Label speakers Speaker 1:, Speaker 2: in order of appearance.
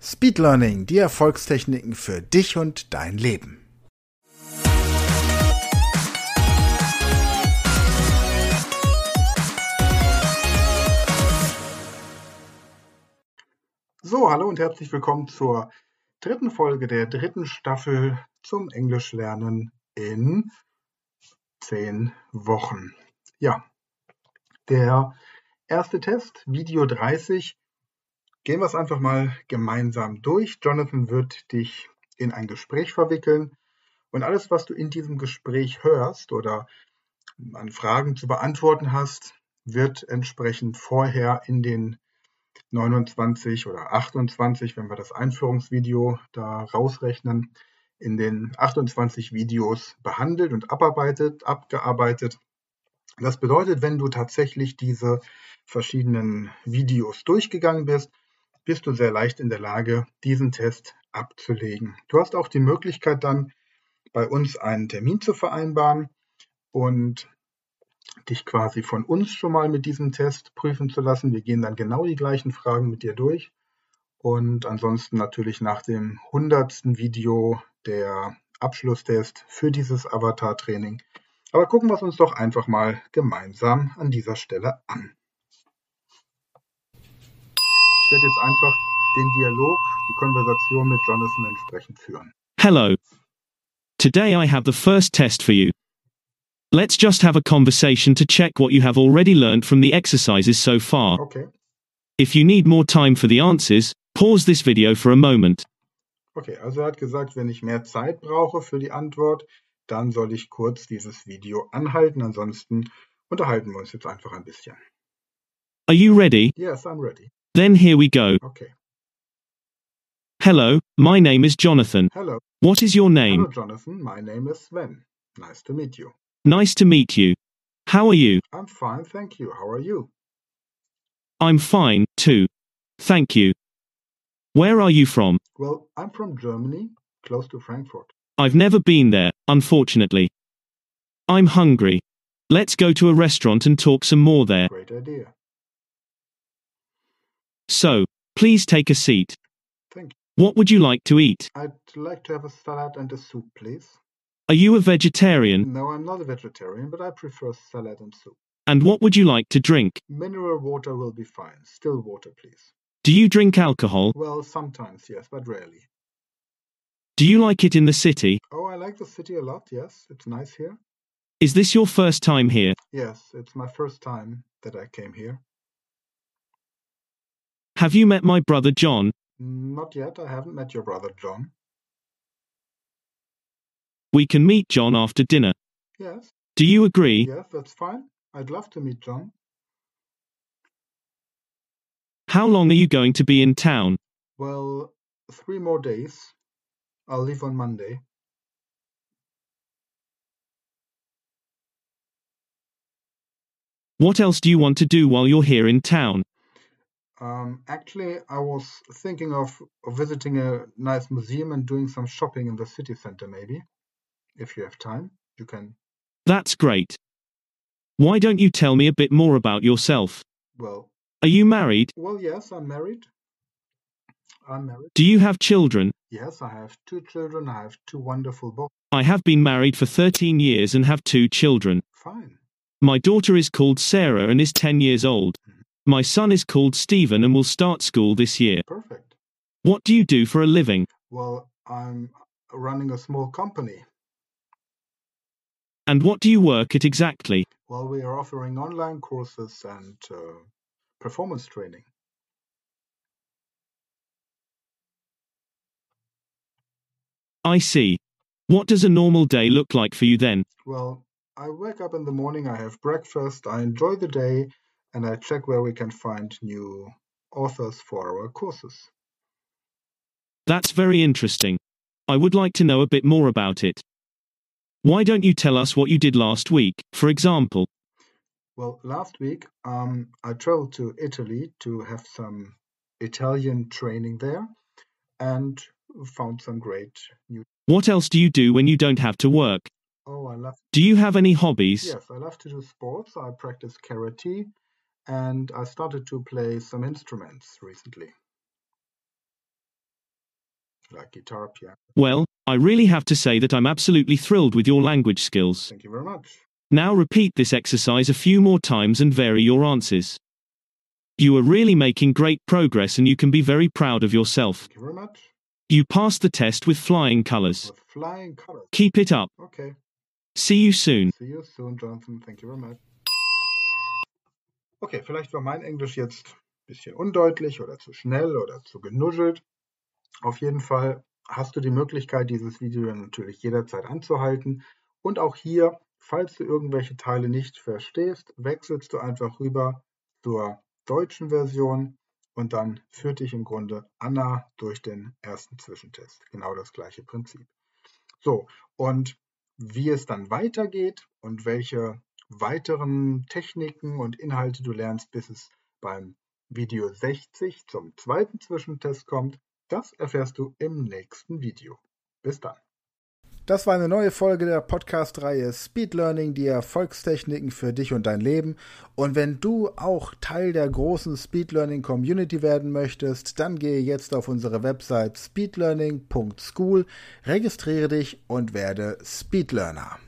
Speaker 1: Speed Learning, die Erfolgstechniken für dich und dein Leben.
Speaker 2: So, hallo und herzlich willkommen zur dritten Folge der dritten Staffel zum Englischlernen in zehn Wochen. Ja, der erste Test, Video 30. Gehen wir es einfach mal gemeinsam durch. Jonathan wird dich in ein Gespräch verwickeln und alles, was du in diesem Gespräch hörst oder an Fragen zu beantworten hast, wird entsprechend vorher in den 29 oder 28, wenn wir das Einführungsvideo da rausrechnen, in den 28 Videos behandelt und abarbeitet, abgearbeitet. Das bedeutet, wenn du tatsächlich diese verschiedenen Videos durchgegangen bist, bist du sehr leicht in der Lage, diesen Test abzulegen. Du hast auch die Möglichkeit dann bei uns einen Termin zu vereinbaren und dich quasi von uns schon mal mit diesem Test prüfen zu lassen. Wir gehen dann genau die gleichen Fragen mit dir durch. Und ansonsten natürlich nach dem 100. Video der Abschlusstest für dieses Avatar-Training. Aber gucken wir es uns doch einfach mal gemeinsam an dieser Stelle an. Ich werde jetzt einfach den Dialog, die Konversation mit Jonathan entsprechend führen.
Speaker 3: Hello. Today I have the first test for you. Let's just have a conversation to check what you have already learned from the exercises so far.
Speaker 2: Okay,
Speaker 3: If you need more time for the answers, pause this video for a moment.
Speaker 2: okay, also er hat gesagt, wenn ich mehr Zeit brauche für die Antwort, dann soll ich kurz dieses Video anhalten. Ansonsten unterhalten wir uns jetzt einfach ein bisschen.
Speaker 3: Are you ready?
Speaker 2: Yes, I'm ready.
Speaker 3: Then here we go.
Speaker 2: Okay.
Speaker 3: Hello, my name is Jonathan.
Speaker 2: Hello.
Speaker 3: What is your
Speaker 2: Hello,
Speaker 3: name?
Speaker 2: Jonathan. My name is Sven. Nice to meet you.
Speaker 3: Nice to meet you. How are you?
Speaker 2: I'm fine, thank you. How are you?
Speaker 3: I'm fine, too. Thank you. Where are you from?
Speaker 2: Well, I'm from Germany, close to Frankfurt.
Speaker 3: I've never been there, unfortunately. I'm hungry. Let's go to a restaurant and talk some more there.
Speaker 2: Great idea.
Speaker 3: So, please take a seat.
Speaker 2: Thank you.
Speaker 3: What would you like to eat?
Speaker 2: I'd like to have a salad and a soup, please.
Speaker 3: Are you a vegetarian?
Speaker 2: No, I'm not a vegetarian, but I prefer salad and soup.
Speaker 3: And what would you like to drink?
Speaker 2: Mineral water will be fine. Still water, please.
Speaker 3: Do you drink alcohol?
Speaker 2: Well, sometimes, yes, but rarely.
Speaker 3: Do you like it in the city?
Speaker 2: Oh, I like the city a lot, yes. It's nice here.
Speaker 3: Is this your first time here?
Speaker 2: Yes, it's my first time that I came here.
Speaker 3: Have you met my brother John?
Speaker 2: Not yet. I haven't met your brother, John.
Speaker 3: We can meet John after dinner.
Speaker 2: Yes,
Speaker 3: Do you agree?
Speaker 2: yes, that's fine. I'd love to meet John.
Speaker 3: How long are you going to be in town?
Speaker 2: Well, three more days. I'll leave on Monday.
Speaker 3: What else do you want to do while you're here in town?
Speaker 2: Um, actually, I was thinking of of visiting a nice museum and doing some shopping in the city center, maybe. If you have time, you can.
Speaker 3: That's great. Why don't you tell me a bit more about yourself?
Speaker 2: Well,
Speaker 3: Are you married?
Speaker 2: well, yes, I'm married. I'm married.
Speaker 3: Do you have children?
Speaker 2: Yes, I have two children. I have two wonderful boys.
Speaker 3: I have been married for 13 years and have two children.
Speaker 2: Fine.
Speaker 3: My daughter is called Sarah and is 10 years old. My son is called Stephen and will start school this year.
Speaker 2: Perfect.
Speaker 3: What do you do for a living?
Speaker 2: Well, I'm running a small company.
Speaker 3: And what do you work at exactly?
Speaker 2: Well, we are offering online courses and uh, performance training.
Speaker 3: I see. What does a normal day look like for you then?
Speaker 2: Well, I wake up in the morning, I have breakfast, I enjoy the day, and I check where we can find new authors for our courses.
Speaker 3: That's very interesting. I would like to know a bit more about it. Why don't you tell us what you did last week, for example?
Speaker 2: Well, last week um, I traveled to Italy to have some Italian training there and found some great new.
Speaker 3: What else do you do when you don't have to work?
Speaker 2: Oh, I love.
Speaker 3: Do you have any hobbies?
Speaker 2: Yes, I love to do sports. I practice karate and I started to play some instruments recently. like guitar, piano.
Speaker 3: Well, I really have to say that I'm absolutely thrilled with your language skills.
Speaker 2: Thank you very much.
Speaker 3: Now repeat this exercise a few more times and vary your answers. You are really making great progress and you can be very proud of yourself.
Speaker 2: Thank you very much.
Speaker 3: You passed the test with flying colors.
Speaker 2: With flying colors.
Speaker 3: Keep it up.
Speaker 2: Okay.
Speaker 3: See you soon.
Speaker 2: See you soon, Jonathan. Thank you very much. Okay, vielleicht war mein Englisch jetzt ein bisschen undeutlich oder zu schnell oder zu genuschelt. Auf jeden Fall hast du die Möglichkeit, dieses Video natürlich jederzeit anzuhalten. Und auch hier, falls du irgendwelche Teile nicht verstehst, wechselst du einfach rüber zur deutschen Version und dann führt dich im Grunde Anna durch den ersten Zwischentest. Genau das gleiche Prinzip. So, und wie es dann weitergeht und welche weiteren Techniken und Inhalte du lernst, bis es beim Video 60 zum zweiten Zwischentest kommt, das erfährst du im nächsten Video. Bis dann.
Speaker 1: Das war eine neue Folge der Podcast-Reihe Speed Learning, die Erfolgstechniken für dich und dein Leben. Und wenn du auch Teil der großen Speed Learning Community werden möchtest, dann gehe jetzt auf unsere Website speedlearning.school, registriere dich und werde Speedlearner.